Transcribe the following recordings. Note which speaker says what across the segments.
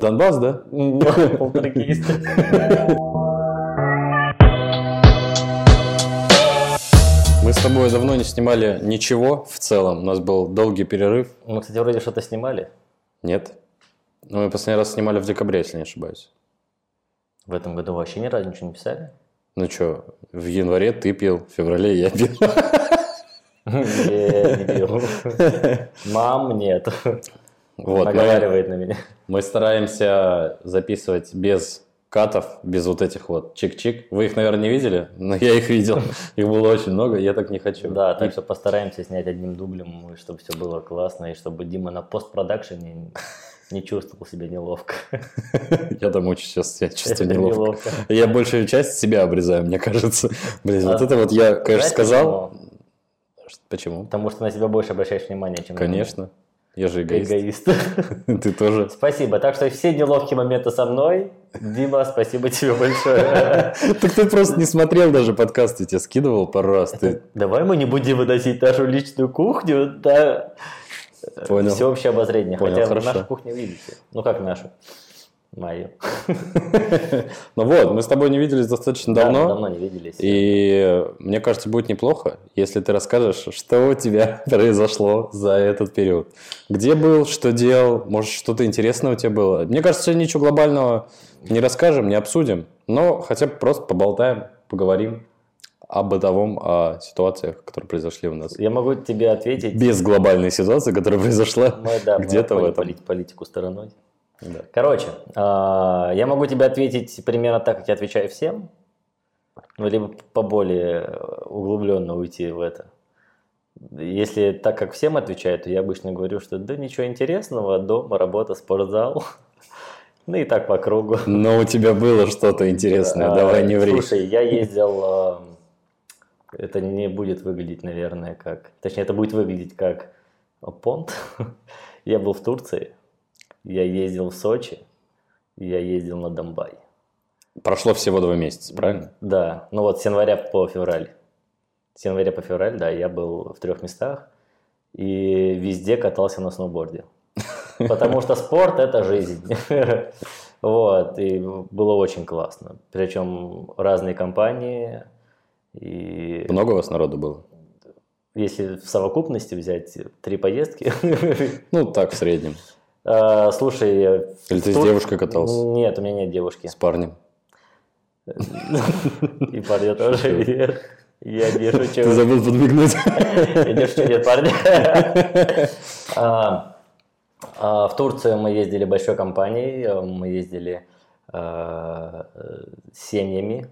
Speaker 1: Донбасс, да?
Speaker 2: Полтергейст.
Speaker 1: Мы с тобой давно не снимали ничего в целом. У нас был долгий перерыв.
Speaker 2: Мы, кстати, вроде что-то снимали
Speaker 1: Нет. Ну, мы последний раз снимали в декабре, если не ошибаюсь.
Speaker 2: в этом году, вообще ни разу ничего не писали.
Speaker 1: Ну что, в январе ты пил, в феврале я пил.
Speaker 2: Не, не пил. Мам, нет.
Speaker 1: Вот, ну, мы,
Speaker 2: Наговаривает на меня.
Speaker 1: мы стараемся записывать без катов, без вот этих вот чик-чик. Вы их, наверное, не видели, но я их видел. Их было очень много, я так не хочу.
Speaker 2: Да, так что постараемся снять одним дублем, и чтобы все было классно, и чтобы Дима на постпродакшене не чувствовал себя неловко.
Speaker 1: Я там очень сейчас себя чувствую
Speaker 2: Это
Speaker 1: неловко. Я большую часть себя обрезаю, мне кажется. Блин, вот
Speaker 2: А,
Speaker 1: это вот я, конечно,
Speaker 2: Знаешь,
Speaker 1: сказал.
Speaker 2: почему?
Speaker 1: Ш- Почему?
Speaker 2: Потому что на себя больше обращаешь внимание, чем на
Speaker 1: Конечно. Я же
Speaker 2: меня.
Speaker 1: эгоист.
Speaker 2: эгоист.
Speaker 1: Ты тоже.
Speaker 2: Спасибо. Так что все неловкие моменты со мной. Дима, спасибо тебе большое.
Speaker 1: Так ты просто не смотрел даже подкаст, я тебе скидывал пару раз. Ты
Speaker 2: Давай мы не будем выносить нашу личную кухню да,
Speaker 1: Понял.
Speaker 2: всеобщее обозрение.
Speaker 1: Понял,
Speaker 2: Хотя вы
Speaker 1: хорошо.
Speaker 2: нашу кухню видите. Ну как нашу? Мою.
Speaker 1: Ну вот, мы с тобой не виделись достаточно
Speaker 2: Да, мы
Speaker 1: давно.
Speaker 2: давно не виделись.
Speaker 1: И мне кажется, будет неплохо, если ты расскажешь, что у тебя произошло за этот период. Где был, что делал, может, что-то интересное у тебя было. Мне кажется, сегодня ничего глобального не расскажем, не обсудим, но хотя бы просто поболтаем, поговорим о бытовом, о ситуациях, которые произошли у нас.
Speaker 2: Я могу тебе ответить.
Speaker 1: Без глобальной ситуации, которая произошла.
Speaker 2: Мы, да, мы
Speaker 1: Где-то в
Speaker 2: обходим
Speaker 1: этом.
Speaker 2: полит- политику стороной.
Speaker 1: Да.
Speaker 2: Короче, а, я могу тебе ответить примерно так, как я отвечаю всем. Ну, либо поболее углубленно уйти в это. Если так, как всем отвечаю, то я обычно говорю, что да ничего интересного, дома, работа, спортзал. Ну и так по кругу.
Speaker 1: Но у тебя было что-то интересное,
Speaker 2: А,
Speaker 1: давай не ври.
Speaker 2: Слушай, я ездил... а, Это не будет выглядеть, наверное, как... Точнее, это будет выглядеть как понт. Я был в Турции, я ездил в Сочи, я ездил на Донбай.
Speaker 1: Прошло всего два месяца, правильно?
Speaker 2: Да, ну вот с января по февраль. С января по февраль, да, я был в трех местах и везде катался на сноуборде. Потому что спорт – это жизнь. Вот, и было очень классно. Причем разные компании. И
Speaker 1: Много у вас народу было?
Speaker 2: если в совокупности взять три поездки,
Speaker 1: Ну, так, в среднем.
Speaker 2: а, слушай...
Speaker 1: Или ты с
Speaker 2: тут- ну,
Speaker 1: девушкой катался?
Speaker 2: Нет, у меня нет девушки.
Speaker 1: С парнем.
Speaker 2: И парня тоже нет. Я не шучу.
Speaker 1: Ты забыл подмигнуть.
Speaker 2: Я не шучу, нет, парни. А, а, В Турцию мы ездили большой компанией, э, мы ездили э, э, с семьями.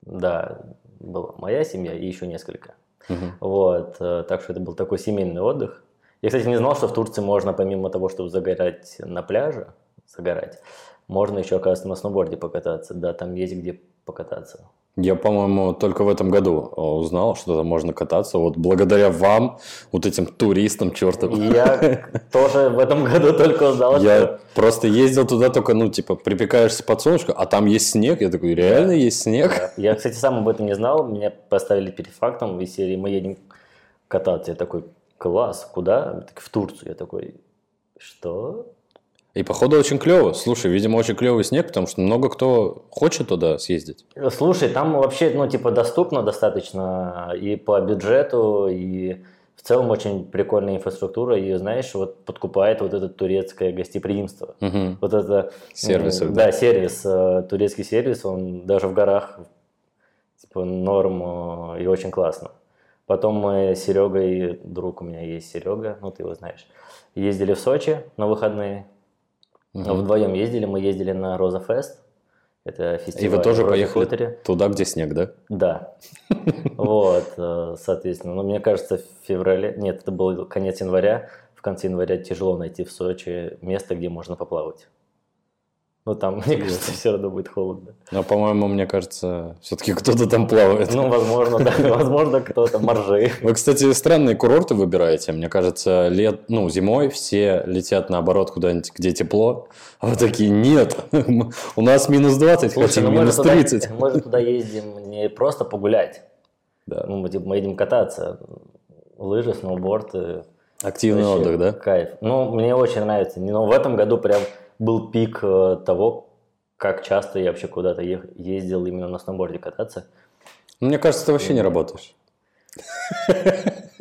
Speaker 2: Да, была моя семья и еще несколько.
Speaker 1: Мгм.
Speaker 2: Вот, э, так что это был такой семейный отдых. Я, кстати, не знал, что в Турции можно, помимо того, чтобы загорать на пляже, загорать, можно еще, оказывается, на сноуборде покататься. Да, там есть где покататься.
Speaker 1: Я, по-моему, только в этом году э, узнал, что там можно кататься. Вот благодаря вам, вот этим туристам
Speaker 2: И
Speaker 1: чертовым.
Speaker 2: Я тоже в этом году только узнал, что...
Speaker 1: Я просто ездил туда только, ну, типа, припекаешься под солнышко, а там есть снег. Я такой, реально есть снег?
Speaker 2: Да. Э, Я, кстати, сам об этом не знал. Меня поставили перед фактом из серии «Мы едем кататься». Я такой, класс, куда? Они такие, В Турцию. Я такой, что?
Speaker 1: И, походу, очень клево. Слушай, видимо, очень клевый снег, потому что много кто хочет туда съездить.
Speaker 2: Слушай, там вообще, ну, типа, доступно достаточно и по бюджету, и в целом очень прикольная инфраструктура. И, знаешь, вот подкупает вот это турецкое гостеприимство.
Speaker 1: Мгм.
Speaker 2: Вот это
Speaker 1: Сервисов,
Speaker 2: М, Да, сервис, э, турецкий сервис, он даже в горах типа норм э, и очень классно. Потом мы с Серегой, друг у меня есть Серега, ну ты его знаешь, ездили в Сочи на выходные,
Speaker 1: Мгм.
Speaker 2: вдвоем ездили, мы ездили на Роза Фест, это фестиваль.
Speaker 1: И вы тоже
Speaker 2: в Роза
Speaker 1: поехали
Speaker 2: Хуторе.
Speaker 1: туда, где снег, да?
Speaker 2: Да. Вот, э, соответственно. Ну, мне кажется, в феврале, нет, это был конец января. В конце января тяжело найти в Сочи место, где можно поплавать. Ну, там, мне кажется, все равно будет холодно.
Speaker 1: Но, по-моему, мне кажется, все-таки кто-то там плавает.
Speaker 2: Ну, возможно, да, возможно, кто-то моржи.
Speaker 1: Вы, кстати, странные курорты выбираете. Мне кажется, лет, ну, зимой все летят наоборот куда-нибудь, где тепло. А вы такие, нет, у нас минус 20,
Speaker 2: Слушай, ну,
Speaker 1: хотим
Speaker 2: мы же
Speaker 1: минус
Speaker 2: туда-
Speaker 1: 30.
Speaker 2: мы же туда ездим не просто погулять.
Speaker 1: Да.
Speaker 2: Ну, мы, типа, мы едем кататься. Лыжи, сноуборд. э,
Speaker 1: Активный
Speaker 2: Вообще
Speaker 1: отдых, да?
Speaker 2: Кайф. Ну, мне очень нравится. Но в этом году прям был пик э, того, как часто я вообще куда-то ех- ездил именно на сноуборде кататься.
Speaker 1: Ну, Мне кажется, ты вообще не работаешь.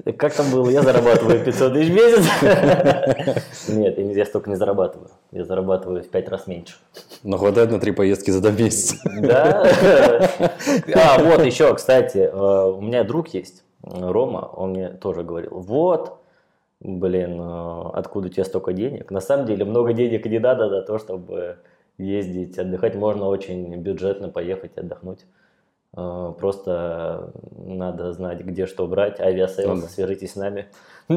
Speaker 2: И Как там было? Я зарабатываю 500 тысяч в месяц. Нет, я не- я столько не зарабатываю. Я зарабатываю в 5 раз меньше.
Speaker 1: Но хватает на три поездки за два месяца.
Speaker 2: Да? А, вот еще, кстати, э, у меня друг есть, э, Рома, он мне тоже говорил, вот, блин, э, откуда у тебя столько денег? На самом деле много денег не надо на то, чтобы ездить, отдыхать. Можно очень бюджетно поехать отдохнуть. Э, Просто надо знать, где что брать. Авиасейлс,
Speaker 1: Ну да.
Speaker 2: свяжитесь с нами.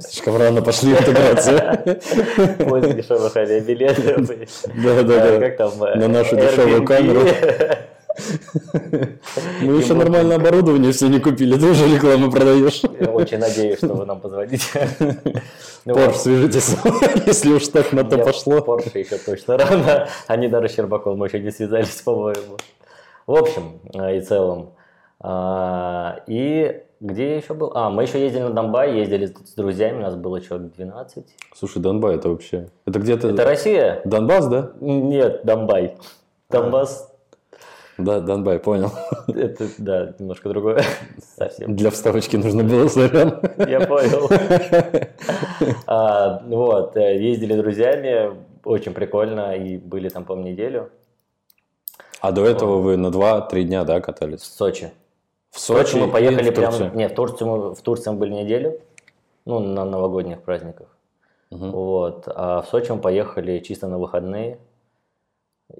Speaker 1: Слишком рано пошли интеграцию.
Speaker 2: Поиск дешевых авиабилетов. Да,
Speaker 1: Да-да-да.
Speaker 2: как там? э,
Speaker 1: На нашу дешевую
Speaker 2: Airbnb.
Speaker 1: камеру. Мы еще
Speaker 2: Ему-
Speaker 1: нормальное оборудование все не купили. Ты уже рекламу продаешь.
Speaker 2: Я очень надеюсь, что вы нам позвоните. Ну,
Speaker 1: Порш,
Speaker 2: вот.
Speaker 1: свяжитесь, если уж так на то
Speaker 2: Нет,
Speaker 1: пошло.
Speaker 2: Порше еще точно рано. Они даже с Щербаковым еще не связались, по-моему. В общем э, и целом. а, И где я еще был? А, мы еще ездили на Донбай, ездили с друзьями, нас было человек 12.
Speaker 1: Слушай, Донбай это вообще... Это где-то...
Speaker 2: Это Россия?
Speaker 1: Донбасс, да?
Speaker 2: Нет, Донбай. Донбасс,
Speaker 1: Да, Донбай, понял.
Speaker 2: это, да, немножко другое. Совсем.
Speaker 1: Для вставочки нужно было, сорян.
Speaker 2: Я понял. А, Вот, э, ездили с друзьями, очень прикольно, и были там, по неделю.
Speaker 1: А до этого вы на 2-3 дня, да,
Speaker 2: В
Speaker 1: катались?
Speaker 2: Сочи.
Speaker 1: В
Speaker 2: В Сочи мы поехали
Speaker 1: и в
Speaker 2: прям...
Speaker 1: Турцию.
Speaker 2: Не, в Турцию мы, в Турции мы были неделю, ну, на новогодних праздниках.
Speaker 1: Мгм.
Speaker 2: Вот, а в Сочи мы поехали чисто на выходные,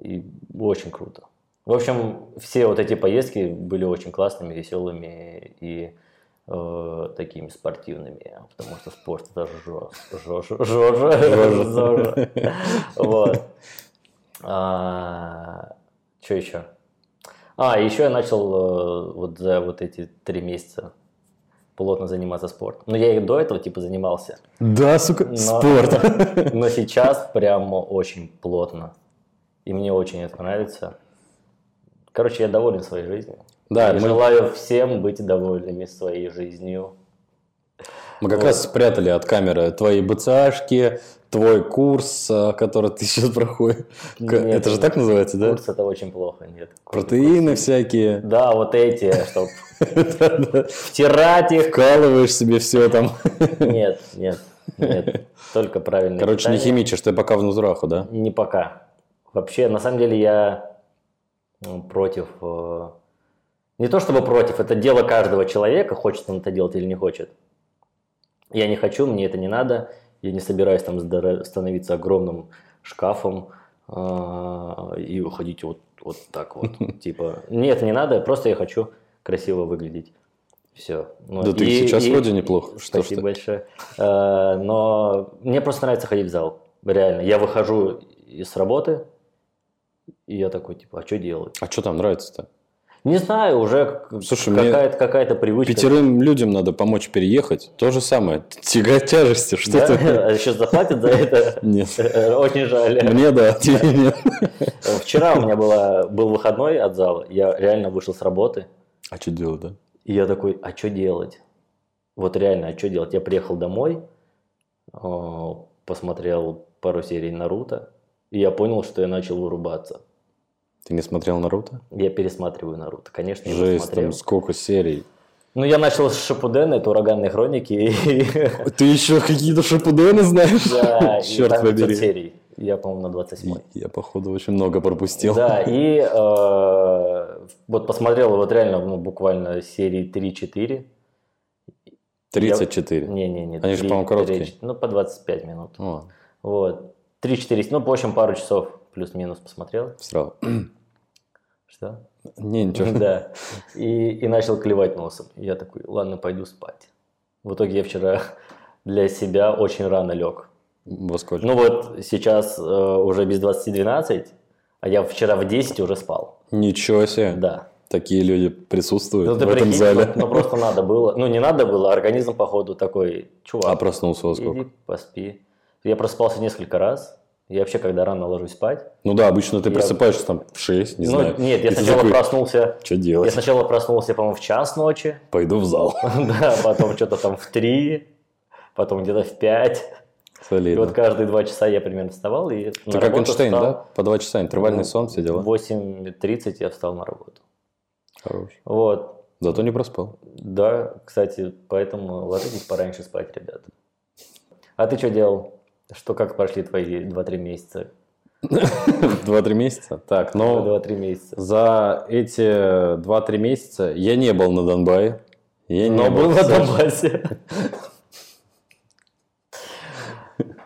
Speaker 2: и очень круто. В общем, все вот эти поездки были очень классными, веселыми и э, такими спортивными, потому что спорт это жжж,
Speaker 1: Жожа.
Speaker 2: жожа, вот. Что еще? А, еще я начал э, вот за вот эти три месяца плотно заниматься спортом. Но я и до этого типа занимался.
Speaker 1: Да, сука,
Speaker 2: Но-
Speaker 1: спорт.
Speaker 2: Но сейчас прямо очень плотно. И мне очень это нравится. Короче, я доволен своей жизнью.
Speaker 1: Да,
Speaker 2: И
Speaker 1: мы
Speaker 2: желаю всем быть довольными своей жизнью.
Speaker 1: Мы как
Speaker 2: Вот.
Speaker 1: раз спрятали от камеры твои БЦАшки, твой курс, э, который ты сейчас проходишь. К-
Speaker 2: Нет,
Speaker 1: Это же
Speaker 2: нет.
Speaker 1: так называется, да?
Speaker 2: Курс это очень плохо, нет.
Speaker 1: Протеины всякие.
Speaker 2: Да, вот эти, чтобы
Speaker 1: Да-да.
Speaker 2: втирать их.
Speaker 1: Вкалываешь себе все там.
Speaker 2: Нет, нет, нет. Только правильно.
Speaker 1: Короче, не химичишь, ты пока в натураху, да?
Speaker 2: Не пока. Вообще, на самом деле, я м, против... э, Не то чтобы против, это дело каждого человека, хочет он это делать или не хочет. Я не хочу, мне это не надо, я не собираюсь там здоро- становиться огромным шкафом э, и уходить вот, вот так вот. Типа, нет, не надо, просто я хочу красиво выглядеть. Все.
Speaker 1: Да ты сейчас вроде неплохо. Что ж
Speaker 2: Спасибо
Speaker 1: ты.
Speaker 2: большое. Э, Но мне просто нравится ходить в зал. Реально. Я выхожу из работы, и я такой, типа, а что делать?
Speaker 1: А что там нравится-то?
Speaker 2: Не знаю, уже к-
Speaker 1: Слушай, мне
Speaker 2: какая-то, какая-то привычка.
Speaker 1: Пятерым людям надо помочь переехать. То же самое. Тяга тяжести, что ты?
Speaker 2: А Сейчас заплатят за это?
Speaker 1: Нет.
Speaker 2: Э, Очень жаль.
Speaker 1: Мне да, тебе нет.
Speaker 2: Э, Вчера у меня была, был выходной от зала, я реально вышел с работы,
Speaker 1: А что делать, да?
Speaker 2: И я такой, а что делать? Вот реально, а что делать? Я приехал домой, э, посмотрел пару серий Наруто, и я понял, что я начал вырубаться.
Speaker 1: Ты не смотрел Наруто?
Speaker 2: Я пересматриваю Наруто, конечно, я его
Speaker 1: Жесть,
Speaker 2: смотрел.
Speaker 1: там сколько серий.
Speaker 2: Ну, я начал с Шапудена, это Ураганные Хроники, и...
Speaker 1: Ты еще какие-то шапудены знаешь?
Speaker 2: Да, и
Speaker 1: Черт
Speaker 2: там 500
Speaker 1: побери.
Speaker 2: серий. Я, по-моему, на 27
Speaker 1: Я, походу, очень много пропустил.
Speaker 2: Да, и э, вот посмотрел вот реально, ну, буквально серии 3-4.
Speaker 1: 34.
Speaker 2: Не-не-не.
Speaker 1: Они же,
Speaker 2: три-
Speaker 1: по-моему, короткие.
Speaker 2: три- Ну, по 25 минут.
Speaker 1: О,
Speaker 2: Вот. 3-4, ну, в общем, пару часов плюс-минус посмотрел.
Speaker 1: всрал.
Speaker 2: Что?
Speaker 1: Не, ничего.
Speaker 2: Да. И, и начал клевать носом. И Я такой, ладно, пойду спать. В итоге я вчера для себя очень рано лег.
Speaker 1: Во сколько?
Speaker 2: Ну вот сейчас э, уже без 20-12, а я вчера в 10 уже спал.
Speaker 1: Ничего себе.
Speaker 2: Да.
Speaker 1: Такие люди присутствуют
Speaker 2: Ну,
Speaker 1: в
Speaker 2: ты
Speaker 1: этом
Speaker 2: прикинь,
Speaker 1: зале.
Speaker 2: Ну, ну, просто надо было. Ну, не надо было, организм, походу, такой,
Speaker 1: А
Speaker 2: чувак,
Speaker 1: проснулся во сколько?
Speaker 2: иди поспи. Я проспался несколько раз. Я вообще, когда рано ложусь спать,
Speaker 1: Ну да, обычно ты
Speaker 2: Я-
Speaker 1: просыпаешься там в 6, не
Speaker 2: ну,
Speaker 1: знаю.
Speaker 2: нет, я сначала проснулся
Speaker 1: Что
Speaker 2: Я
Speaker 1: делать?
Speaker 2: сначала проснулся, по-моему, в час ночи,
Speaker 1: Пойду в зал.
Speaker 2: да, потом что-то там в три, потом где-то в 5. И
Speaker 1: Солидно.
Speaker 2: вот каждые два часа я примерно вставал и
Speaker 1: Ты как Эйнштейн, да? По два часа
Speaker 2: Ну,
Speaker 1: интервальный сон, все
Speaker 2: В
Speaker 1: дела.
Speaker 2: 8.30 я встал на работу.
Speaker 1: Хорош.
Speaker 2: Вот.
Speaker 1: Зато не проспал.
Speaker 2: Да, кстати, поэтому ложитесь пораньше спать, ребята. А ты что делал? Что, как прошли твои 2-3 месяца?
Speaker 1: Два-три месяца. Так, но
Speaker 2: 2-3 месяца.
Speaker 1: за эти два-три месяца я не был на Донбайе. Я не
Speaker 2: Но был
Speaker 1: в
Speaker 2: на
Speaker 1: Сочи.
Speaker 2: Донбассе.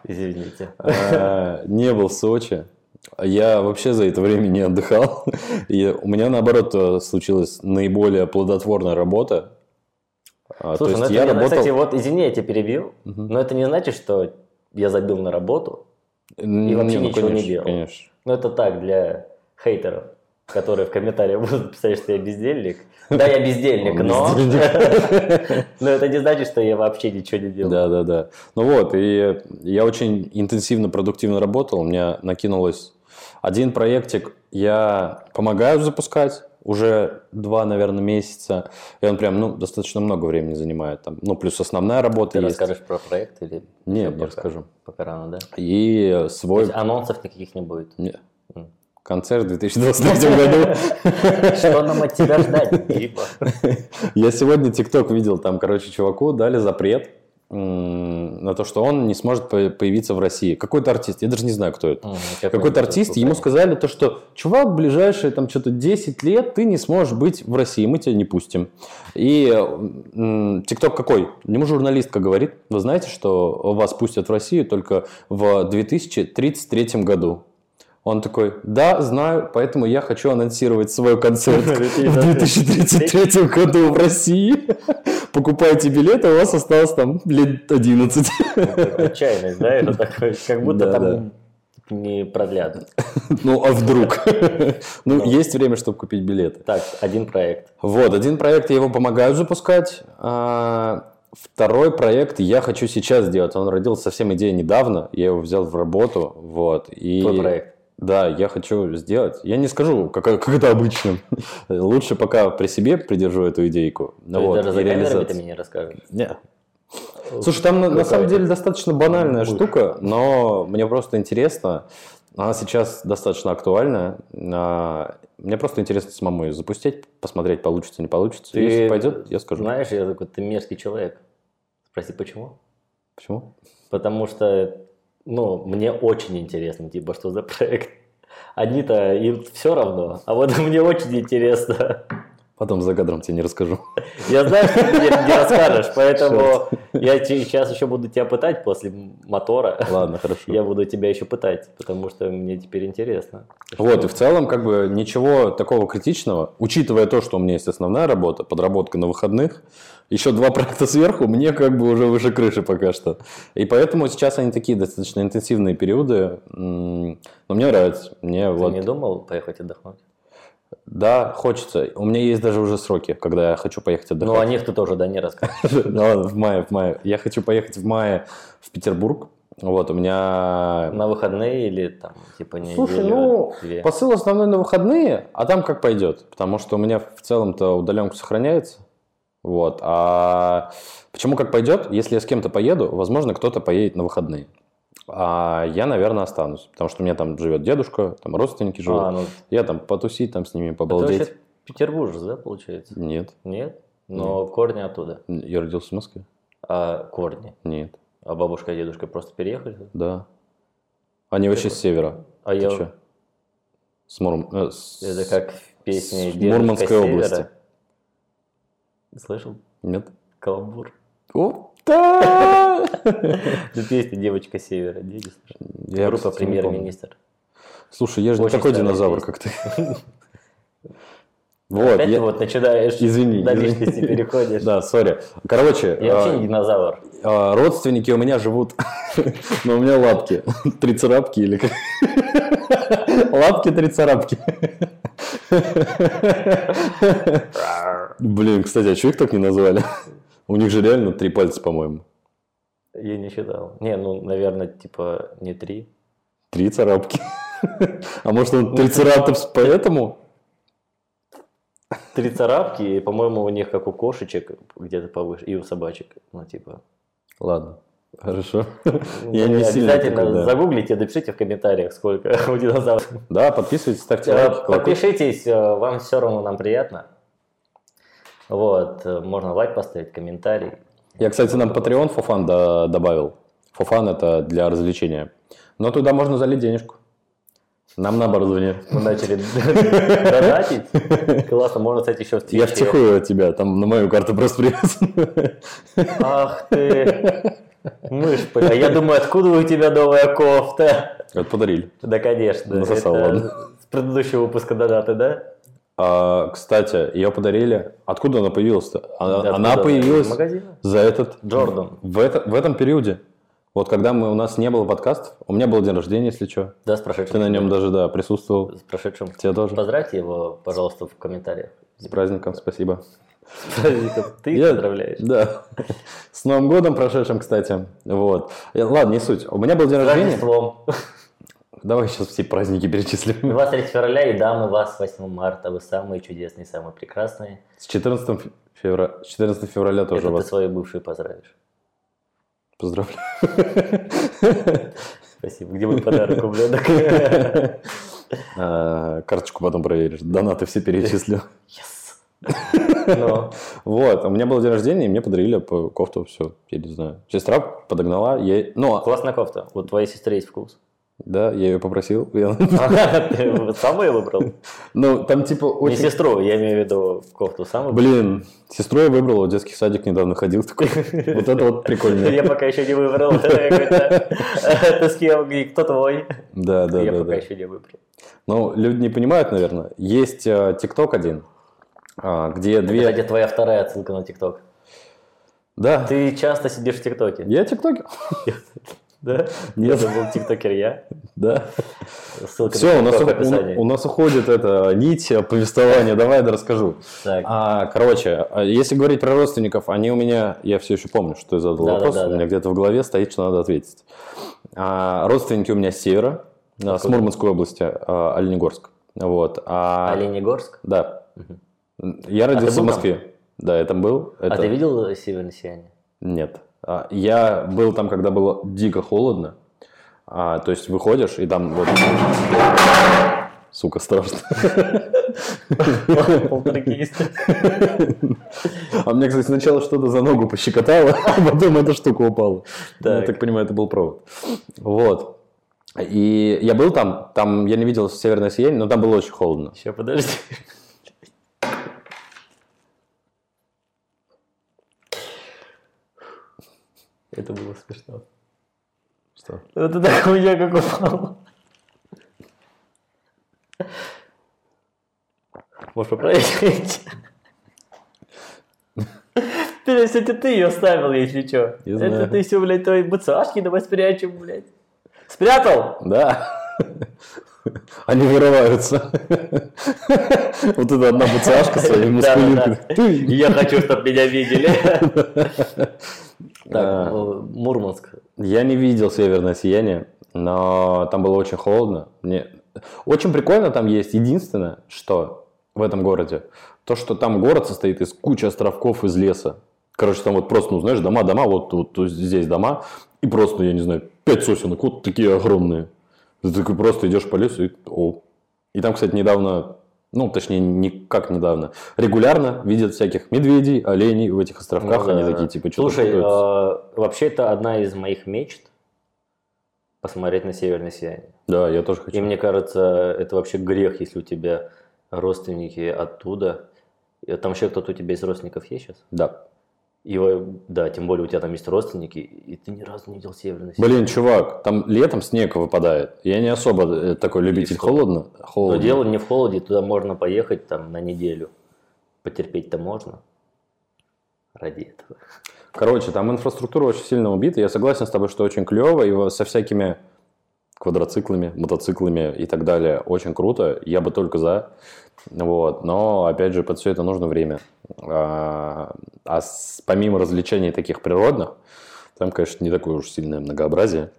Speaker 2: Извините.
Speaker 1: А, Не был в Сочи. Я вообще за это время не отдыхал. И у меня, наоборот, э, случилась наиболее плодотворная работа. А,
Speaker 2: Слушай,
Speaker 1: то
Speaker 2: ну
Speaker 1: есть
Speaker 2: это
Speaker 1: я
Speaker 2: не- кстати,
Speaker 1: работал...
Speaker 2: вот, извини, я тебя перебил,
Speaker 1: Мгм.
Speaker 2: но это не значит, что я забил на работу.
Speaker 1: Н-
Speaker 2: вообще
Speaker 1: ну,
Speaker 2: ничего не
Speaker 1: конечно,
Speaker 2: делал.
Speaker 1: Конечно.
Speaker 2: Ну, это так, для хейтеров, которые в комментариях будут писать, что я бездельник. Да, я бездельник,
Speaker 1: Он
Speaker 2: но...
Speaker 1: бездельник.
Speaker 2: Но это не значит, что я вообще ничего не делал.
Speaker 1: Да, да, да. Ну вот, и я очень интенсивно, продуктивно работал. У меня накинулось один проектик. Я помогаю запускать уже два, наверное, месяца. И он прям, ну, достаточно много времени занимает. Там, ну, плюс основная работа
Speaker 2: Ты
Speaker 1: есть.
Speaker 2: расскажешь про проект или...
Speaker 1: Нет,
Speaker 2: Всё,
Speaker 1: не
Speaker 2: пока-
Speaker 1: расскажу.
Speaker 2: Пока рано, да?
Speaker 1: И
Speaker 2: То
Speaker 1: свой
Speaker 2: есть анонсов никаких не будет.
Speaker 1: Не.
Speaker 2: М.
Speaker 1: концерт в 2023 году.
Speaker 2: Что нам от тебя ждать, типа? Гриба?
Speaker 1: Я сегодня ТикТок видел, там, короче, чуваку дали запрет м, на то, что он не сможет по- появиться в России. Какой-то артист, я даже не знаю, кто это.
Speaker 2: М,
Speaker 1: Какой-то артист, ему сказали то, что чувак, ближайшие там что-то 10 лет ты не сможешь быть в России, мы тебя не пустим. И м, ТикТок какой? Ему журналистка говорит, вы знаете, что вас пустят в Россию только в 2033 году. Он такой, да, знаю, поэтому я хочу анонсировать свой концерт в 2033 году в России. Покупайте билеты, у вас осталось там лет 11.
Speaker 2: Отчаянность, да? Это такое, как будто
Speaker 1: Да,
Speaker 2: там не продлят.
Speaker 1: Ну, а вдруг? Ну,
Speaker 2: Да.
Speaker 1: есть время, чтобы купить билеты.
Speaker 2: Так, один проект.
Speaker 1: Вот, один проект я его помогаю запускать. а, Второй проект я хочу сейчас сделать. Он родился совсем идея недавно. Я его взял в работу. Вот. И...
Speaker 2: Твой проект.
Speaker 1: Да, я хочу сделать. Я не скажу, как, как это обычно. Лучше пока при себе придержу эту идейку. Ну
Speaker 2: То есть
Speaker 1: вот,
Speaker 2: даже
Speaker 1: и
Speaker 2: за камерами
Speaker 1: реализацию.
Speaker 2: ты мне не расскажешь.
Speaker 1: Не. Слушай, там на, на
Speaker 2: Какая?
Speaker 1: самом деле достаточно банальная
Speaker 2: Мышь.
Speaker 1: штука, но мне просто интересно. Она сейчас достаточно актуальна. А, Мне просто интересно самому ее запустить, посмотреть, получится, не получится.
Speaker 2: Ты
Speaker 1: Если пойдет, я скажу.
Speaker 2: Знаешь, я такой, ты мерзкий человек. Спроси, почему?
Speaker 1: Почему?
Speaker 2: Потому что, ну, мне очень интересно, типа, что за проект. Они-то им все равно, а вот мне очень интересно.
Speaker 1: Потом за кадром тебе не расскажу.
Speaker 2: Я знаю, что ты мне не расскажешь, поэтому я сейчас еще буду тебя пытать после мотора.
Speaker 1: Ладно, хорошо.
Speaker 2: Я буду тебя еще пытать, потому что мне теперь интересно.
Speaker 1: Вот, и в целом, как бы, ничего такого критичного, учитывая то, что у меня есть основная работа, подработка на выходных, еще два проекта сверху, мне как бы уже выше крыши пока что. И поэтому сейчас они такие достаточно интенсивные периоды, м, но мне нравится, мне
Speaker 2: Ты
Speaker 1: вот,
Speaker 2: не думал поехать отдохнуть?
Speaker 1: да, хочется, у меня есть даже уже сроки, когда я хочу поехать
Speaker 2: Ну, о
Speaker 1: отдыхать.
Speaker 2: них ты тоже, да, не расскажешь.
Speaker 1: Ну, ладно, в мае, в мае, я хочу поехать в мае в Петербург, вот, у меня
Speaker 2: На выходные или там, типа, неделю,
Speaker 1: Слушай, ну,
Speaker 2: две.
Speaker 1: Посыл основной на выходные, а там как пойдет. Потому что у меня в целом-то удаленка сохраняется. Вот. А почему как пойдет? Если я с кем-то поеду, возможно, кто-то поедет на выходные. А я, наверное, останусь. Потому что у меня там живет дедушка, там родственники живут.
Speaker 2: А, ну,
Speaker 1: Я там потусить, там с ними
Speaker 2: Это
Speaker 1: побалдеть.
Speaker 2: вообще петербуржец, да, получается?
Speaker 1: Нет.
Speaker 2: Нет? Но корни оттуда.
Speaker 1: Я родился в Москве?
Speaker 2: А корни?
Speaker 1: Нет.
Speaker 2: А бабушка и дедушка просто переехали?
Speaker 1: Да. Они вообще с севера.
Speaker 2: А
Speaker 1: Ты
Speaker 2: я...
Speaker 1: чё? С Муром... э, с-
Speaker 2: Это как в песне
Speaker 1: С
Speaker 2: «Дедушка
Speaker 1: Мурманской
Speaker 2: севера».
Speaker 1: области.
Speaker 2: Слышал?
Speaker 1: Нет.
Speaker 2: Каламбур.
Speaker 1: О, да!
Speaker 2: Ну, песня «Девочка севера». Дети, слышали?
Speaker 1: Я,
Speaker 2: Группа
Speaker 1: кстати, не помню.
Speaker 2: «Премьер-министр».
Speaker 1: Слушай, я же не
Speaker 2: Очень
Speaker 1: такой
Speaker 2: старая
Speaker 1: динозавр,
Speaker 2: песня.
Speaker 1: как ты. Вот,
Speaker 2: Опять ты
Speaker 1: я-
Speaker 2: вот начинаешь
Speaker 1: Извини,
Speaker 2: до
Speaker 1: извини.
Speaker 2: личности переходишь.
Speaker 1: да, сори. Короче,
Speaker 2: Я вообще
Speaker 1: а,
Speaker 2: не динозавр.
Speaker 1: а, родственники у меня живут, но у меня лапки, трицерапки или как? Лапки трицерапки. Блин, кстати, а чего их так не назвали? У них же реально три пальца, по-моему.
Speaker 2: Я не считал. Не, ну, наверное, типа не три.
Speaker 1: Три царапки. А может он трицератопс поэтому?
Speaker 2: Три царапки, и, по-моему, у них как у кошечек где-то повыше, и у собачек. Ну, типа,
Speaker 1: Ладно. Хорошо.
Speaker 2: Ну,
Speaker 1: Я не сильно
Speaker 2: Обязательно
Speaker 1: такой, да.
Speaker 2: загуглите, напишите в комментариях, сколько у динозавров.
Speaker 1: Да, подписывайтесь, ставьте
Speaker 2: Э,
Speaker 1: лайки. колокольчик.
Speaker 2: Подпишитесь, э, вам все равно нам приятно. Вот, э, можно лайк поставить, комментарий.
Speaker 1: Я, кстати, нам Patreon Фофан да- добавил. Фофан это для развлечения. Но туда можно залить денежку. Нам на оборудование.
Speaker 2: Мы начали донатить. Классно, можно, кстати, еще в
Speaker 1: Я
Speaker 2: Твиче.
Speaker 1: втихую от тебя, там на мою карту просто привязан.
Speaker 2: Ах ты, мышь, бля. Я думаю, откуда у тебя новая кофта?
Speaker 1: Это подарили.
Speaker 2: Да, конечно.
Speaker 1: Насосал,
Speaker 2: это
Speaker 1: ладно.
Speaker 2: С предыдущего выпуска донаты, да?
Speaker 1: А, кстати, ее подарили. Откуда она появилась-то? Она,
Speaker 2: Да,
Speaker 1: А, она
Speaker 2: откуда?
Speaker 1: появилась
Speaker 2: Из магазина.
Speaker 1: за этот...
Speaker 2: Джордан.
Speaker 1: В, это- в этом периоде. Вот когда мы, у нас не было подкастов, у меня был день рождения, если что.
Speaker 2: Да, с
Speaker 1: Ты
Speaker 2: прошедшим.
Speaker 1: на нем даже, да, присутствовал.
Speaker 2: С прошедшим.
Speaker 1: Тебя тоже.
Speaker 2: Поздравьте его, пожалуйста, в комментариях.
Speaker 1: С праздником, спасибо.
Speaker 2: С праздником. Ты их
Speaker 1: Я-
Speaker 2: поздравляешь.
Speaker 1: Да. С Новым годом прошедшим, кстати. Вот. Э, Ладно, не суть. У меня был день
Speaker 2: С
Speaker 1: рождения.
Speaker 2: Рождеством.
Speaker 1: Давай сейчас все праздники перечислим.
Speaker 2: 23 февраля и дамы вас 8 марта. Вы самые чудесные, самые прекрасные.
Speaker 1: С 14 фе- февраля, 14 февраля тоже
Speaker 2: Это
Speaker 1: вас
Speaker 2: ты свою бывшую поздравишь.
Speaker 1: поздравляю.
Speaker 2: Спасибо. Где мой подарок, ублюдок? Yes.
Speaker 1: Э, Карточку потом проверишь. Донаты все перечислю.
Speaker 2: Ну,
Speaker 1: Вот, у меня был день рождения, и мне подарили по- кофту, все, я не знаю. Сестра подогнала, я, ну, а-
Speaker 2: классная кофта. У твоей сестры есть вкус.
Speaker 1: да, я ее попросил. и она-
Speaker 2: А, Ты сам ее выбрал?
Speaker 1: Ну, там типа
Speaker 2: Не
Speaker 1: очень...
Speaker 2: сестру, я имею в виду кофту. Сам выбрал.
Speaker 1: Блин, сестру я выбрал, в детский садик недавно ходил, такой, вот это вот прикольно.
Speaker 2: Я пока еще не выбрал. Я говорю, «Да, Ты с кем? И Кто твой?
Speaker 1: Да, да,
Speaker 2: Я
Speaker 1: да,
Speaker 2: пока
Speaker 1: да.
Speaker 2: еще не выбрал.
Speaker 1: Ну, люди не понимают, наверное. Есть ТикТок один, а, где
Speaker 2: Это
Speaker 1: две...
Speaker 2: где твоя вторая отсылка на ТикТок.
Speaker 1: Да,
Speaker 2: Ты часто сидишь в ТикТоке,
Speaker 1: я ТикТокер.
Speaker 2: да?
Speaker 1: Нет.
Speaker 2: Это был тиктокер я.
Speaker 1: Да.
Speaker 2: Ссылка
Speaker 1: Все, у
Speaker 2: на
Speaker 1: нас, у,
Speaker 2: ТикТок в описании.
Speaker 1: у нас уходит эта нить э, повествования. Давай я расскажу.
Speaker 2: Так.
Speaker 1: А, короче, а если говорить про родственников, они у меня, я все еще помню, что я задал
Speaker 2: Да,
Speaker 1: вопрос,
Speaker 2: да, да,
Speaker 1: у меня
Speaker 2: да.
Speaker 1: где-то в голове стоит, что надо ответить. А, родственники у меня с севера, а, с
Speaker 2: Откуда?
Speaker 1: Мурманской области, а, Оленегорск. Вот. А,
Speaker 2: Оленегорск?
Speaker 1: Да.
Speaker 2: Мгм. А
Speaker 1: Я родился
Speaker 2: был
Speaker 1: в
Speaker 2: там?
Speaker 1: Москве. Да, я там был. Это-
Speaker 2: А ты видел «Северное сияние»?
Speaker 1: Нет. А, Я был там, когда было дико холодно. А, то есть выходишь, и там вот... Сука, страшно.
Speaker 2: Полтергейст.
Speaker 1: А мне, кстати, сначала что-то за ногу пощекотало, а потом эта штука упала. Ну, Я
Speaker 2: Так.
Speaker 1: так понимаю, это был провод. Вот. И я был там, там я не видел северное сияние, но там было очень холодно.
Speaker 2: Сейчас, подожди. Это было смешно.
Speaker 1: Что?
Speaker 2: Это так у меня как упало. Можешь поправить? Блядь, это ты ее ставил, если что.
Speaker 1: Не
Speaker 2: Это
Speaker 1: знаю.
Speaker 2: ты все, блядь, твои бацашки давай спрячем, блядь. Спрятал?
Speaker 1: Да. Они вырываются. Вот это одна пацашка своей
Speaker 2: Да-да-да.
Speaker 1: мускулинкой. Ты-
Speaker 2: Я хочу, чтобы меня видели. Так,
Speaker 1: А.
Speaker 2: э, Мурманск.
Speaker 1: Я не видел северное сияние, но там было очень холодно. Мне... Очень прикольно там есть. Единственное, что в этом городе, то, что там город состоит из кучи островков из леса. Короче, там вот просто, ну, знаешь, дома, дома, вот, вот тут здесь дома, и просто, я не знаю, пять сосенок, вот такие огромные. Ты такой просто идешь по лесу и о. И там, кстати, недавно, ну, точнее, не как недавно, регулярно видят всяких медведей, оленей в этих островках,
Speaker 2: Ну да,
Speaker 1: они
Speaker 2: да.
Speaker 1: такие, типа, что-то
Speaker 2: Слушай, э, вообще это одна из моих мечт посмотреть на северное сияние.
Speaker 1: Да, я тоже
Speaker 2: И
Speaker 1: хочу.
Speaker 2: мне кажется, это вообще грех, если у тебя родственники оттуда. И Там еще кто-то у тебя из родственников есть сейчас?
Speaker 1: Да.
Speaker 2: И во- да, тем более у тебя там есть родственники, и ты ни разу не видел северное сияние.
Speaker 1: Блин, чувак, там летом снег выпадает. Я не особо э, такой любитель
Speaker 2: что?
Speaker 1: холодно.
Speaker 2: Но
Speaker 1: холодно.
Speaker 2: Ну, дело не в холоде, туда можно поехать там на неделю. Потерпеть-то можно. Ради этого.
Speaker 1: Короче, там инфраструктура очень сильно убита. Я согласен с тобой, что очень клево. И во- со всякими квадроциклами, мотоциклами и так далее. Очень круто. Я бы только за. Вот. Но, опять же, под все это нужно время. А, а с- помимо развлечений таких природных, там, конечно, не такое уж сильное многообразие.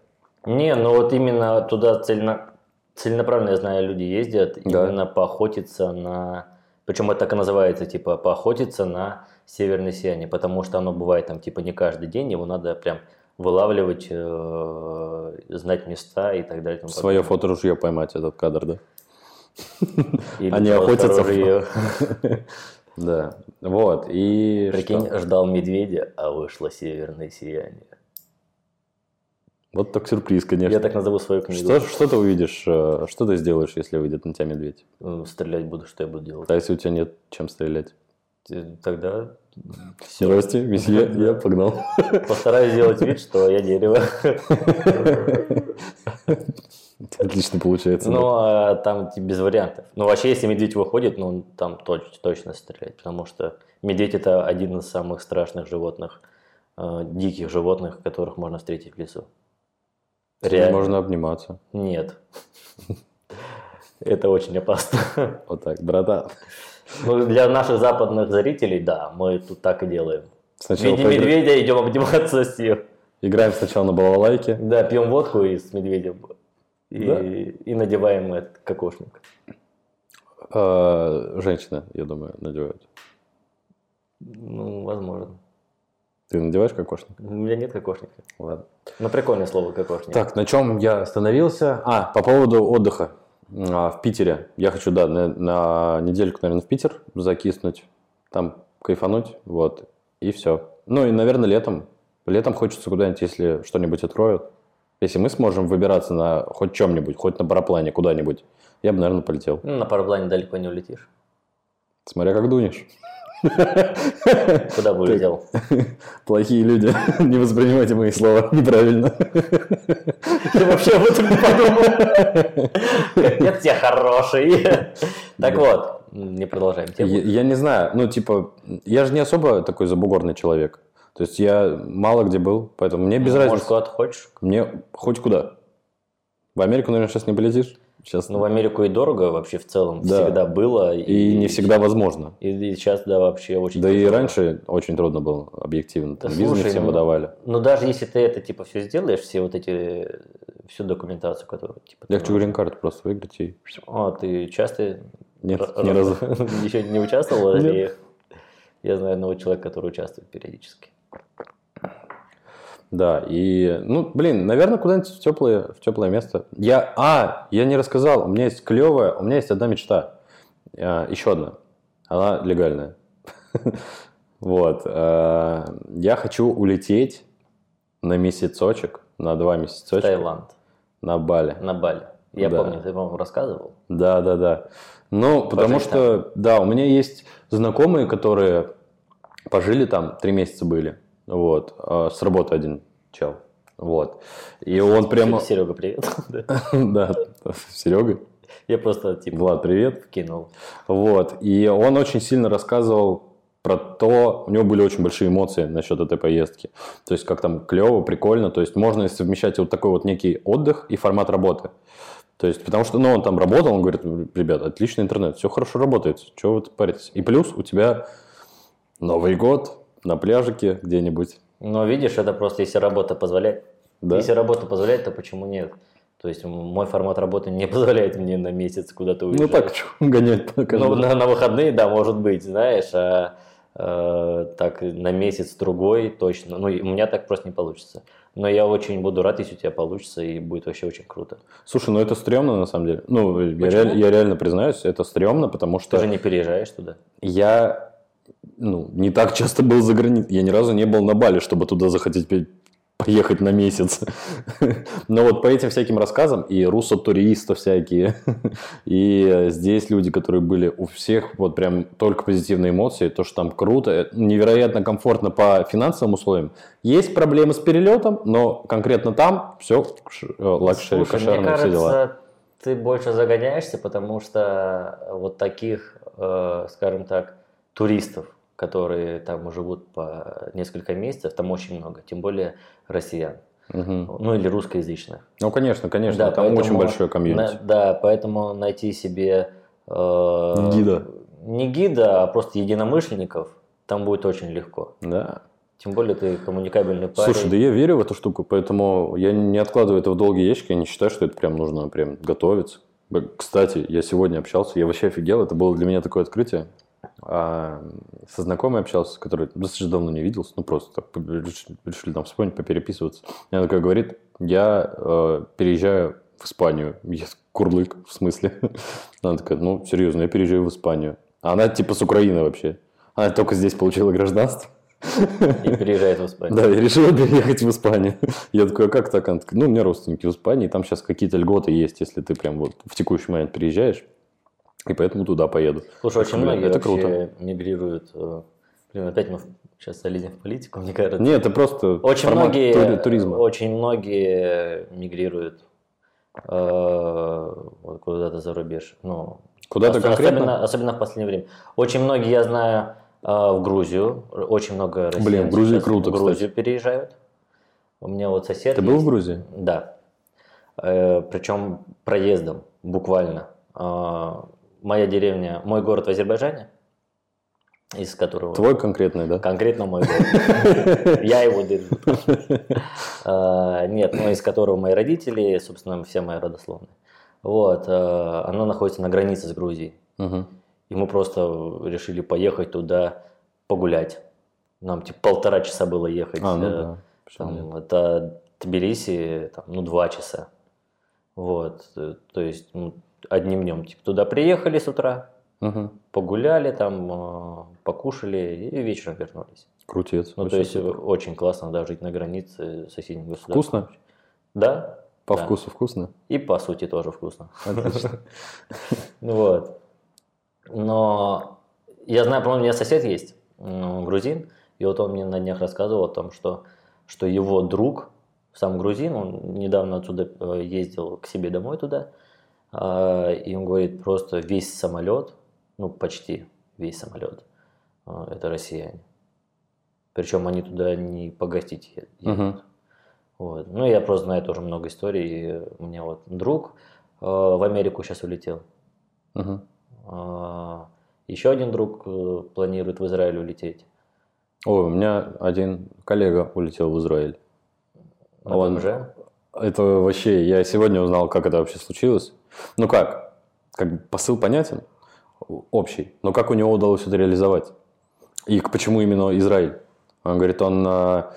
Speaker 2: Не, ну вот именно туда цельно... целенаправленно, я знаю, люди ездят,
Speaker 1: Да.
Speaker 2: именно поохотиться на... Причем это так и называется, типа, поохотиться на северное сияние, потому что оно бывает там, типа, не каждый день, его надо прям вылавливать, э, знать места и так далее. и тому
Speaker 1: Свое
Speaker 2: подобное.
Speaker 1: фоторужье поймать этот кадр, да?
Speaker 2: Или
Speaker 1: Они
Speaker 2: просто
Speaker 1: а охотятся в-
Speaker 2: ружье.
Speaker 1: Да. Вот, и...
Speaker 2: Прикинь,
Speaker 1: что?
Speaker 2: ждал медведя, а вышло северное сияние.
Speaker 1: Вот так сюрприз, конечно.
Speaker 2: Я так назову свою
Speaker 1: Что,
Speaker 2: книгу.
Speaker 1: что ты увидишь, э, что ты сделаешь, если выйдет на тебя медведь?
Speaker 2: М, Стрелять буду, что я буду делать.
Speaker 1: А если у тебя нет чем стрелять?
Speaker 2: Э, Тогда
Speaker 1: Здрасте, месье, я погнал.
Speaker 2: постараюсь сделать вид, что я дерево.
Speaker 1: Отлично получается. да.
Speaker 2: Ну, а там ти- без вариантов. Ну, вообще, если медведь выходит, ну, там точ- точно стрелять, потому что медведь – это один из самых страшных животных, э, диких животных, которых можно встретить в лесу.
Speaker 1: С ним Можно обниматься.
Speaker 2: Нет. Это очень опасно.
Speaker 1: Вот так, братан.
Speaker 2: Ну, для наших западных зрителей, да, мы тут так и делаем. В
Speaker 1: Сначала
Speaker 2: виде
Speaker 1: поигра-
Speaker 2: медведя идем обниматься с ним.
Speaker 1: играем сначала на балалайке.
Speaker 2: Да, пьем водку и с медведем. И,
Speaker 1: Да.
Speaker 2: и надеваем этот кокошник.
Speaker 1: А, Женщина, я думаю, надевает.
Speaker 2: Ну, возможно.
Speaker 1: Ты надеваешь кокошник?
Speaker 2: У меня нет кокошника.
Speaker 1: Ладно.
Speaker 2: Ну, прикольное слово кокошник.
Speaker 1: Так, на чем я остановился? А, по поводу отдыха А, в Питере. Я хочу, да, на, на недельку, наверное, в Питер закиснуть, там кайфануть, вот, и все. Ну и, наверное, летом. Летом хочется куда-нибудь, если что-нибудь откроют. Если мы сможем выбираться на хоть чем-нибудь, хоть на параплане куда-нибудь, я бы, наверное, полетел.
Speaker 2: Ну, на параплане далеко не улетишь.
Speaker 1: Смотря как дунешь.
Speaker 2: Куда
Speaker 1: Так.
Speaker 2: бы улетел?
Speaker 1: Плохие люди, не воспринимайте мои слова неправильно.
Speaker 2: Ты вообще об этом не подумал? Нет, я хороший. Так вот, не продолжаем
Speaker 1: Я,
Speaker 2: тему.
Speaker 1: я не знаю, ну, типа, я же не особо такой забугорный человек. То есть я мало где был, поэтому мне без
Speaker 2: Ну, Может,
Speaker 1: разницы.
Speaker 2: куда-то хочешь?
Speaker 1: Мне хоть куда. В Америку, наверное, сейчас не полетишь. Сейчас
Speaker 2: Ну, в Америку и дорого вообще в целом
Speaker 1: Да.
Speaker 2: всегда было.
Speaker 1: и не всегда возможно.
Speaker 2: И, сейчас, да, вообще очень
Speaker 1: Да и
Speaker 2: тяжело.
Speaker 1: раньше очень трудно было, объективно. Там
Speaker 2: Да
Speaker 1: визы не
Speaker 2: слушай,
Speaker 1: всем
Speaker 2: ну,
Speaker 1: выдавали.
Speaker 2: Но даже если ты это, типа, все сделаешь, все вот эти, э, всю документацию, которую, типа...
Speaker 1: Я
Speaker 2: ты
Speaker 1: хочу
Speaker 2: можешь-
Speaker 1: грин-карту просто выиграть и...
Speaker 2: А, ты часто...
Speaker 1: Нет,
Speaker 2: ра-
Speaker 1: ни
Speaker 2: раз-
Speaker 1: разу.
Speaker 2: Еще не участвовал?
Speaker 1: Нет.
Speaker 2: или- Я знаю одного человека, который участвует периодически.
Speaker 1: Да, и, ну, блин, наверное, куда-нибудь в теплое, в теплое место. Я, а, я не рассказал, у меня есть клевая, у меня есть одна мечта, А, еще одна, она легальная. Вот, а, я хочу улететь на месяцочек, на два
Speaker 2: В
Speaker 1: месяцочка
Speaker 2: Таиланд,
Speaker 1: на Бали.
Speaker 2: на Бали. Я
Speaker 1: Да.
Speaker 2: помню, ты, по-моему, рассказывал.
Speaker 1: Да, да, да. Ну, потому
Speaker 2: Пожить
Speaker 1: что, да, у меня есть знакомые, которые пожили там, три месяца были, вот, а, с работы один чел, вот. И он прямо...
Speaker 2: Серега, привет. Да.
Speaker 1: Да, Серега,
Speaker 2: Я просто, типа,
Speaker 1: Влад, привет.
Speaker 2: кинул.
Speaker 1: Вот, и он очень сильно рассказывал про то, у него были очень большие эмоции насчет этой поездки. То есть, как там клево, прикольно. То есть, можно и совмещать вот такой вот некий отдых и формат работы. То есть, потому что, ну, он там работал, он говорит, ребят, отличный интернет, все хорошо работает, чего вы тут паритесь? И плюс у тебя Новый год на пляжике где-нибудь,
Speaker 2: Но видишь, это просто, если работа позволяет,
Speaker 1: да?
Speaker 2: Если работа позволяет, то почему нет? То есть м- мой формат работы не позволяет мне на месяц куда-то
Speaker 1: Ну,
Speaker 2: уезжать.
Speaker 1: так, чё, гонять по
Speaker 2: Ну,
Speaker 1: каждому.
Speaker 2: на, на выходные, да, может быть, знаешь, а э, так на месяц другой точно. Ну, и у меня так просто не получится. Но я очень буду рад, если у тебя получится, и будет вообще очень круто.
Speaker 1: Слушай, ну это стрёмно на самом деле. Ну, я,
Speaker 2: Почему?
Speaker 1: реаль- я реально признаюсь, это стрёмно, потому
Speaker 2: Ты
Speaker 1: что...
Speaker 2: же не переезжаешь туда.
Speaker 1: Я ну, не так часто был за границей. Я ни разу не был на Бали, чтобы туда захотеть пе- поехать на месяц. Но вот по этим всяким рассказам и руссо-туристы всякие, и э, здесь люди, которые были у всех, вот прям только позитивные эмоции, то, что там круто, э, невероятно комфортно по финансовым условиям. Есть проблемы с перелетом, но конкретно там все лакшери,
Speaker 2: Слушай, мне
Speaker 1: кошерные, все дела.
Speaker 2: кажется, ты больше загоняешься, потому что вот таких, э, скажем так, туристов, которые там живут по несколько месяцев, там очень много, тем более россиян,
Speaker 1: Мгм.
Speaker 2: ну или русскоязычных.
Speaker 1: Ну, конечно, конечно,
Speaker 2: Да,
Speaker 1: там очень
Speaker 2: поэтому
Speaker 1: большое комьюнити.
Speaker 2: На- да, поэтому найти себе э,
Speaker 1: Гида.
Speaker 2: не гида, а просто единомышленников, там будет очень легко.
Speaker 1: Да.
Speaker 2: Тем более ты коммуникабельный парень.
Speaker 1: Слушай, да я верю в эту штуку, поэтому я не откладываю это в долгие ящики, я не считаю, что это прям нужно прям готовиться. Б- Кстати, я сегодня общался, я вообще офигел, это было для меня такое открытие. а, со знакомой общался, который достаточно давно не виделся, ну просто так, решили, решили там вспомнить, попереписываться. И она такая говорит, я э, переезжаю в Испанию. Я такой, курлык, в смысле? Она такая, ну, серьезно, я переезжаю в Испанию. А она типа с Украины вообще. Она только здесь получила гражданство.
Speaker 2: И переезжает в Испанию.
Speaker 1: Да, и решила переехать в Испанию. Я такой, а как так? Она такая, ну, у меня родственники в Испании, там сейчас какие-то льготы есть, если ты прям вот в текущий момент переезжаешь, и поэтому туда поеду.
Speaker 2: Слушай, очень
Speaker 1: Блин,
Speaker 2: многие
Speaker 1: это
Speaker 2: вообще мигрируют. э, Блин, опять мы в- сейчас залезем в политику, мне кажется.
Speaker 1: Нет, это просто
Speaker 2: Очень
Speaker 1: формат
Speaker 2: многие, э,
Speaker 1: тури- туризма.
Speaker 2: очень многие мигрируют э, вот куда-то за рубеж. Ну,
Speaker 1: Куда-то
Speaker 2: ос-
Speaker 1: конкретно?
Speaker 2: Особенно, особенно в последнее время. Очень многие, я знаю, э, в Грузию. р- Очень много россиян.
Speaker 1: в Грузии
Speaker 2: сейчас
Speaker 1: круто,
Speaker 2: В Грузию переезжают. У меня вот сосед.
Speaker 1: Ты был в
Speaker 2: есть.
Speaker 1: Грузии?
Speaker 2: Да. причем проездом, буквально. Э, моя деревня, мой город в Азербайджане, из которого...
Speaker 1: Твой конкретный, да?
Speaker 2: Конкретно мой город. Я его держу. Э, Нет, но из которого мои родители, собственно, все мои родословные. Вот, э, оно находится на границе с Грузией.
Speaker 1: Мгм.
Speaker 2: И мы просто решили поехать туда погулять. Нам типа полтора часа было ехать.
Speaker 1: А, ну
Speaker 2: э,
Speaker 1: да. Почему
Speaker 2: там,
Speaker 1: нет?
Speaker 2: это Тбилиси, там, ну, два часа. Вот, э, то есть ну, одним днем. Типа, туда приехали с утра,
Speaker 1: Мгм.
Speaker 2: погуляли там, э, покушали и вечером вернулись.
Speaker 1: Крутец.
Speaker 2: Ну, то
Speaker 1: вообще
Speaker 2: есть э,
Speaker 1: супер.
Speaker 2: очень классно, да, жить на границе с соседним государством.
Speaker 1: Вкусно?
Speaker 2: Да,
Speaker 1: По
Speaker 2: да.
Speaker 1: вкусу вкусно?
Speaker 2: и по сути тоже вкусно.
Speaker 1: Отлично.
Speaker 2: Вот. Но я знаю, по-моему, у меня сосед есть, м, грузин, и вот он мне на днях рассказывал о том, что, что его друг, сам грузин, он недавно отсюда э, ездил к себе домой туда, а, и он говорит, просто весь самолет, ну почти весь самолет, э, это россияне. Причем они туда не погостить е- едут.
Speaker 1: Мгм.
Speaker 2: Вот. Ну, я просто знаю тоже много историй. И У меня вот друг э, в Америку сейчас улетел.
Speaker 1: Мгм.
Speaker 2: А, Еще один друг э, планирует в Израиль улететь.
Speaker 1: Ой, у меня один коллега улетел в Израиль.
Speaker 2: На
Speaker 1: Он-
Speaker 2: ПМЖ.
Speaker 1: Это вообще, я сегодня узнал, как это вообще случилось. Ну как, как бы посыл понятен, общий, но как у него удалось это реализовать? И к- почему именно Израиль? Он говорит, он, а,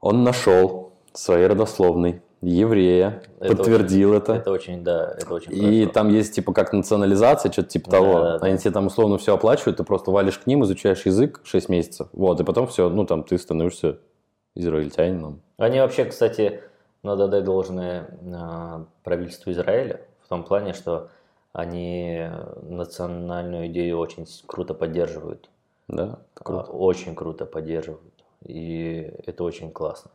Speaker 1: он нашел своей родословной еврея,
Speaker 2: Это
Speaker 1: подтвердил это.
Speaker 2: Это очень, да, это очень
Speaker 1: И
Speaker 2: хорошо.
Speaker 1: там есть типа как национализация, что-то типа того.
Speaker 2: Да, да, да.
Speaker 1: Они тебе там условно все оплачивают, ты просто валишь к ним, изучаешь язык 6 месяцев. Вот, и потом все, ну там ты становишься израильтянином.
Speaker 2: Они вообще, кстати, надо дать должное э, правительству Израиля в том плане, что они национальную идею очень с- круто поддерживают.
Speaker 1: Да, это круто.
Speaker 2: А, Очень круто поддерживают. И это очень классно.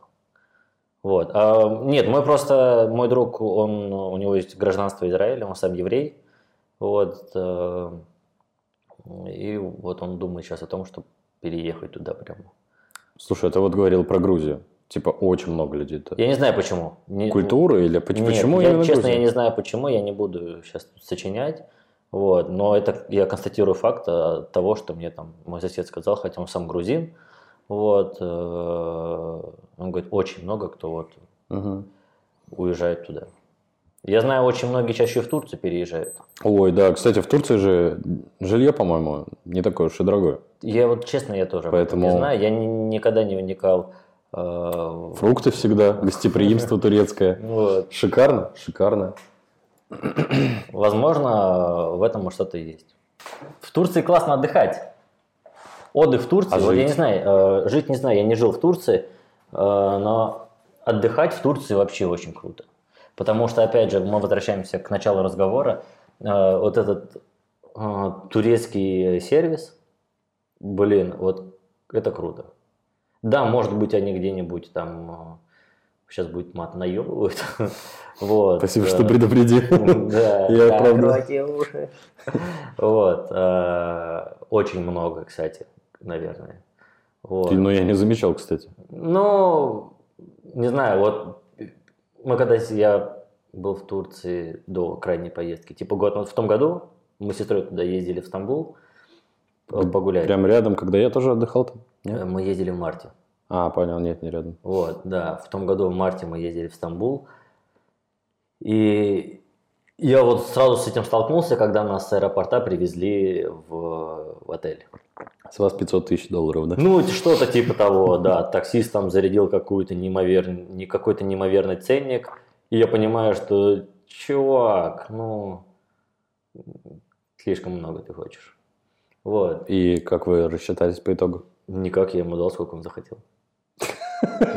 Speaker 2: Вот. А, нет, мой просто, мой друг, он, у него есть гражданство Израиля, он сам еврей. Вот. э, И вот он думает сейчас о том, чтобы переехать туда прямо.
Speaker 1: Слушай, ты вот говорил про Грузию. Типа, очень много людей.
Speaker 2: Я не знаю почему. Не-
Speaker 1: Культура или поч-
Speaker 2: Нет,
Speaker 1: почему
Speaker 2: я,
Speaker 1: именно
Speaker 2: честно,
Speaker 1: Грузия?
Speaker 2: я не знаю почему, я не буду сейчас тут сочинять. Вот, но это я констатирую факт э, того, что мне там мой сосед сказал, хотя он сам грузин. Вот, э, он говорит, очень много кто вот
Speaker 1: Мгм.
Speaker 2: уезжает туда. Я знаю, очень многие чаще в Турцию переезжают.
Speaker 1: Ой, да, кстати, в Турции же жилье, по-моему, не такое уж и дорогое.
Speaker 2: Я вот честно, я тоже об этом не
Speaker 1: Поэтому-
Speaker 2: знаю, я ни- никогда не вникал. э, в-
Speaker 1: Фрукты всегда, гостеприимство турецкое.
Speaker 2: Вот.
Speaker 1: Шикарно, шикарно.
Speaker 2: Возможно, в этом что-то и есть. В Турции классно отдыхать. Отдых в Турции,
Speaker 1: А
Speaker 2: вот я
Speaker 1: жить?
Speaker 2: не знаю, э, жить не знаю, я не жил в Турции, э, но отдыхать в Турции вообще очень круто. Потому что, опять же, мы возвращаемся к началу разговора. Э, вот этот э, турецкий сервис, блин, вот это круто. Да, может быть, они где-нибудь там, э, сейчас будет мат наебывают. Вот.
Speaker 1: Спасибо,
Speaker 2: э,
Speaker 1: что предупредил.
Speaker 2: да,
Speaker 1: Я
Speaker 2: да,
Speaker 1: правда.
Speaker 2: крути уши. Вот. э, Очень много, кстати, наверное. Вот.
Speaker 1: Ну, я не замечал, кстати.
Speaker 2: Ну, не знаю, вот мы когда с- я был в Турции до крайней поездки, типа год, ну, в том году мы с сестрой туда ездили в Стамбул э, погулять.
Speaker 1: Прям рядом, когда я тоже отдыхал там.
Speaker 2: Э, Мы ездили в марте.
Speaker 1: А, понял, нет, не рядом.
Speaker 2: Вот, да. В том году в марте мы ездили в Стамбул. И Я вот сразу с этим столкнулся, когда нас с аэропорта привезли в, в отель.
Speaker 1: С вас 500 тысяч долларов, да?
Speaker 2: Ну, что-то типа того, да. Таксист там зарядил какую-то неимовер... не- какой-то неимоверный ценник. И я понимаю, что, чувак, ну, слишком много ты хочешь. Вот.
Speaker 1: И как вы рассчитались по итогу?
Speaker 2: Никак я ему дал, сколько он захотел.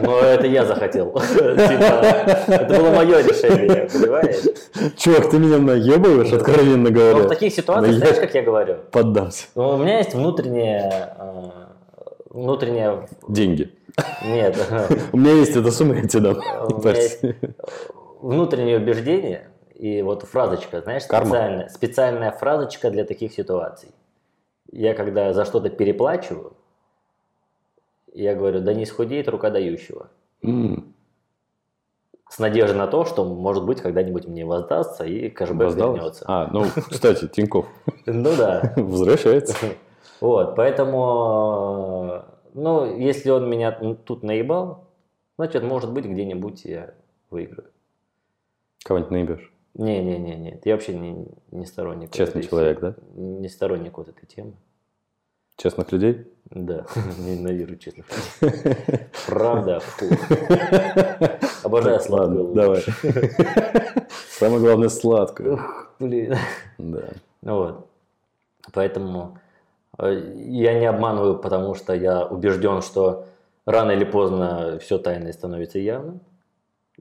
Speaker 2: Но это я захотел. Типа, Это было мое решение, понимаешь?
Speaker 1: Чувак, ты меня наебываешь, откровенно
Speaker 2: Но в
Speaker 1: говоря.
Speaker 2: таких ситуациях,
Speaker 1: Да Ну, я-
Speaker 2: знаешь, как я говорю?
Speaker 1: Поддамся.
Speaker 2: Ну, У меня есть внутренняя... э, Внутренняя...
Speaker 1: Деньги.
Speaker 2: Нет.
Speaker 1: У меня есть эта сумма, я тебе дам.
Speaker 2: А У
Speaker 1: Не
Speaker 2: меня
Speaker 1: парься.
Speaker 2: внутреннее убеждение и вот фразочка, знаешь,
Speaker 1: Карма.
Speaker 2: специальная, специальная фразочка для таких ситуаций. Я когда за что-то переплачиваю, я говорю, да не схудеет рука дающего.
Speaker 1: М,
Speaker 2: С надеждой на то, что, может быть, когда-нибудь мне воздастся и кэшбэк
Speaker 1: воздалось?
Speaker 2: вернется.
Speaker 1: А, ну, кстати, Тиньков
Speaker 2: Ну да.
Speaker 1: возвращается.
Speaker 2: Вот, поэтому, э, ну, если он меня н- тут наебал, значит, может быть, где-нибудь я выиграю.
Speaker 1: Кого-нибудь наебешь.
Speaker 2: Не-не-не, я вообще не, не сторонник. вот
Speaker 1: Честный
Speaker 2: этой
Speaker 1: человек, да?
Speaker 2: всей- Не сторонник вот этой темы.
Speaker 1: Честных людей?
Speaker 2: Да, ненавижу честно. Правда, фу.
Speaker 1: Так, ладно,
Speaker 2: Обожаю сладкую
Speaker 1: Давай.
Speaker 2: лучше.
Speaker 1: Самое главное, сладкое.
Speaker 2: Ух, блин.
Speaker 1: Да.
Speaker 2: Ну Вот. Поэтому э, я не обманываю, потому что я убежден, что рано или поздно все тайное становится явным.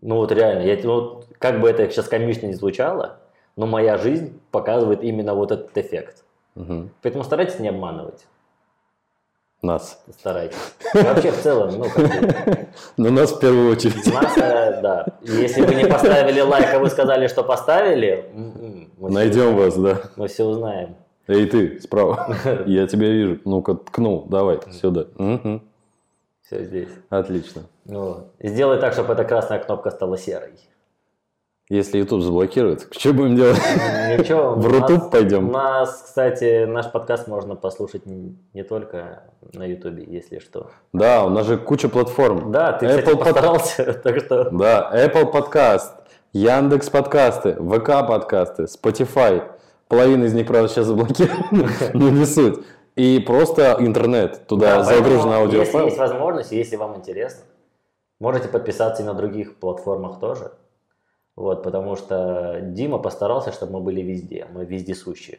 Speaker 2: Ну вот реально, я, ну вот как бы это сейчас комично не звучало, но моя жизнь показывает именно вот этот эффект.
Speaker 1: Мгм.
Speaker 2: Поэтому старайтесь не обманывать.
Speaker 1: Нас.
Speaker 2: Старайтесь. Вообще в целом, ну, как бы,
Speaker 1: Ну, нас в первую очередь.
Speaker 2: масса, да. Если вы не поставили лайк, а вы сказали, что поставили, м-м, мы всё-
Speaker 1: Найдем вас, да.
Speaker 2: мы все узнаем.
Speaker 1: Эй, ты, справа. Я тебя вижу. Ну-ка, ткнул. Давай, сюда. Мгм.
Speaker 2: Все здесь.
Speaker 1: Отлично.
Speaker 2: Ну, сделай так, чтобы эта красная кнопка стала серой.
Speaker 1: Если YouTube заблокирует, что будем делать?
Speaker 2: Ничего.
Speaker 1: В
Speaker 2: у
Speaker 1: Рутуб
Speaker 2: нас-
Speaker 1: пойдем?
Speaker 2: Нас, кстати, наш подкаст можно послушать не не только на Ютубе, если что.
Speaker 1: Да, у нас же куча платформ.
Speaker 2: Да, ты, кстати,
Speaker 1: Apple Pod-
Speaker 2: постарался, так что...
Speaker 1: Да, Apple подкаст, Яндекс подкасты, ВК подкасты, Spotify. Половина из них, правда, сейчас заблокирована, но не суть. И просто интернет. Туда
Speaker 2: Да, поэтому,
Speaker 1: загружен
Speaker 2: Если есть
Speaker 1: аудиофайл.
Speaker 2: возможность, если вам интересно, можете подписаться и на других платформах тоже. Вот, потому что Дима постарался, чтобы мы были везде, мы вездесущие.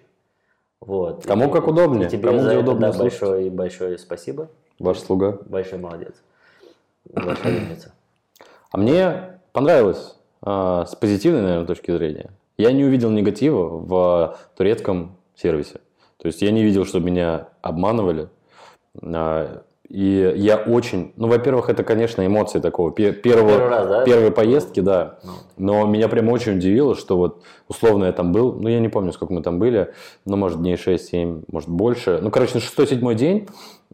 Speaker 2: Вот.
Speaker 1: Кому
Speaker 2: И-
Speaker 1: как удобнее,
Speaker 2: и тебе
Speaker 1: кому
Speaker 2: за
Speaker 1: где
Speaker 2: это,
Speaker 1: удобнее
Speaker 2: да,
Speaker 1: слушать.
Speaker 2: большое, большое спасибо.
Speaker 1: Ваш слуга.
Speaker 2: Большой молодец. Большая умница.
Speaker 1: А мне понравилось а, с позитивной, наверное, точки зрения. Я не увидел негатива в турецком сервисе. То есть я не видел, что меня обманывали. А, и я очень... Ну, во-первых, это, конечно, эмоции такого пе-
Speaker 2: Первый
Speaker 1: первого,
Speaker 2: раз, да?
Speaker 1: первой поездки, да.
Speaker 2: Ну,
Speaker 1: Но меня прям очень удивило, что вот условно я там был, ну я не помню, сколько мы там были, ну может дней 6-7, может больше. Ну короче, на шестой-седьмой день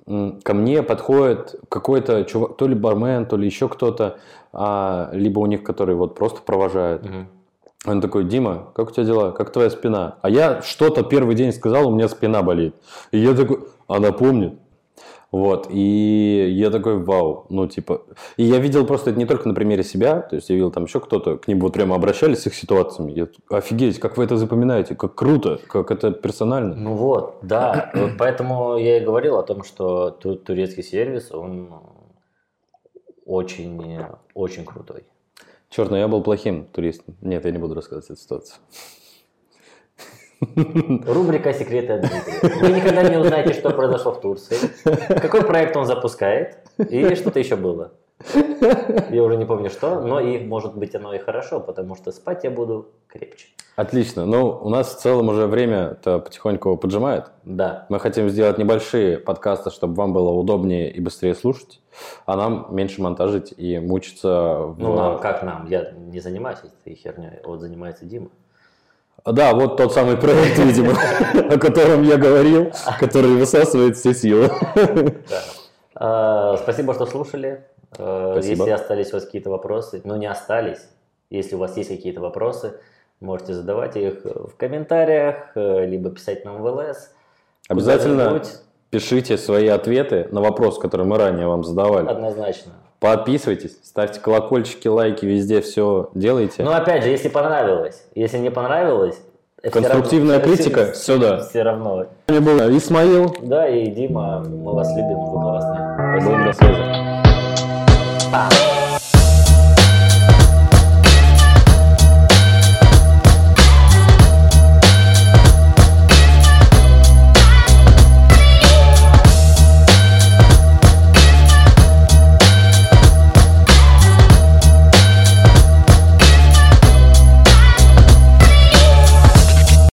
Speaker 1: м, ко мне подходит какой-то чувак, то ли бармен, то ли еще кто-то, а, либо у них, который вот просто провожает.
Speaker 2: мгм.
Speaker 1: Он такой, Дима, как у тебя дела? Как твоя спина? А я что-то первый день сказал, у меня спина болит. И я такой, она помнит. Вот, и я такой, вау, ну, типа... И я видел просто это не только на примере себя, то есть я видел там еще кто-то, к ним вот прямо обращались с их ситуациями. Я, т- офигеть, как вы это запоминаете, как круто, как это персонально.
Speaker 2: Ну вот, да. Вот поэтому я и говорил о том, что ту- турецкий сервис, он очень, э, очень крутой.
Speaker 1: Черт, ну я был плохим туристом. Нет, я не буду рассказывать эту ситуацию.
Speaker 2: Рубрика «Секреты от Дмитрия». Вы никогда не узнаете, что произошло в Турции, какой проект он запускает и что-то еще было. Я уже не помню что, но и может быть оно и хорошо, потому что спать я буду крепче.
Speaker 1: Отлично, ну, у нас в целом уже время-то потихоньку поджимает.
Speaker 2: Да.
Speaker 1: Мы хотим сделать небольшие подкасты, чтобы вам было удобнее и быстрее слушать, а нам меньше монтажить и мучиться. в-
Speaker 2: Ну, нам, как нам? Я не занимаюсь этой херней, вот занимается Дима.
Speaker 1: Да, вот тот самый проект, видимо, о котором я говорил, который высасывает все силы.
Speaker 2: А, Спасибо, что слушали. А,
Speaker 1: Спасибо.
Speaker 2: Если остались у вас какие-то вопросы, ну не остались, если у вас есть какие-то вопросы, можете задавать их в комментариях, э, либо писать нам в ЛС.
Speaker 1: Обязательно
Speaker 2: Куда-нибудь.
Speaker 1: пишите свои ответы на вопрос, который мы ранее вам задавали.
Speaker 2: Однозначно.
Speaker 1: Подписывайтесь, ставьте колокольчики, лайки, везде все делайте.
Speaker 2: Но Ну, опять же, если понравилось, если не понравилось... это всё
Speaker 1: Конструктивная
Speaker 2: равно-
Speaker 1: критика сюда.
Speaker 2: Все равно.
Speaker 1: С вами был Исмаил.
Speaker 2: Да, и Дима, мы вас любим, вы классные.
Speaker 1: Будем на
Speaker 2: Спасибо.
Speaker 1: связи.
Speaker 2: Па.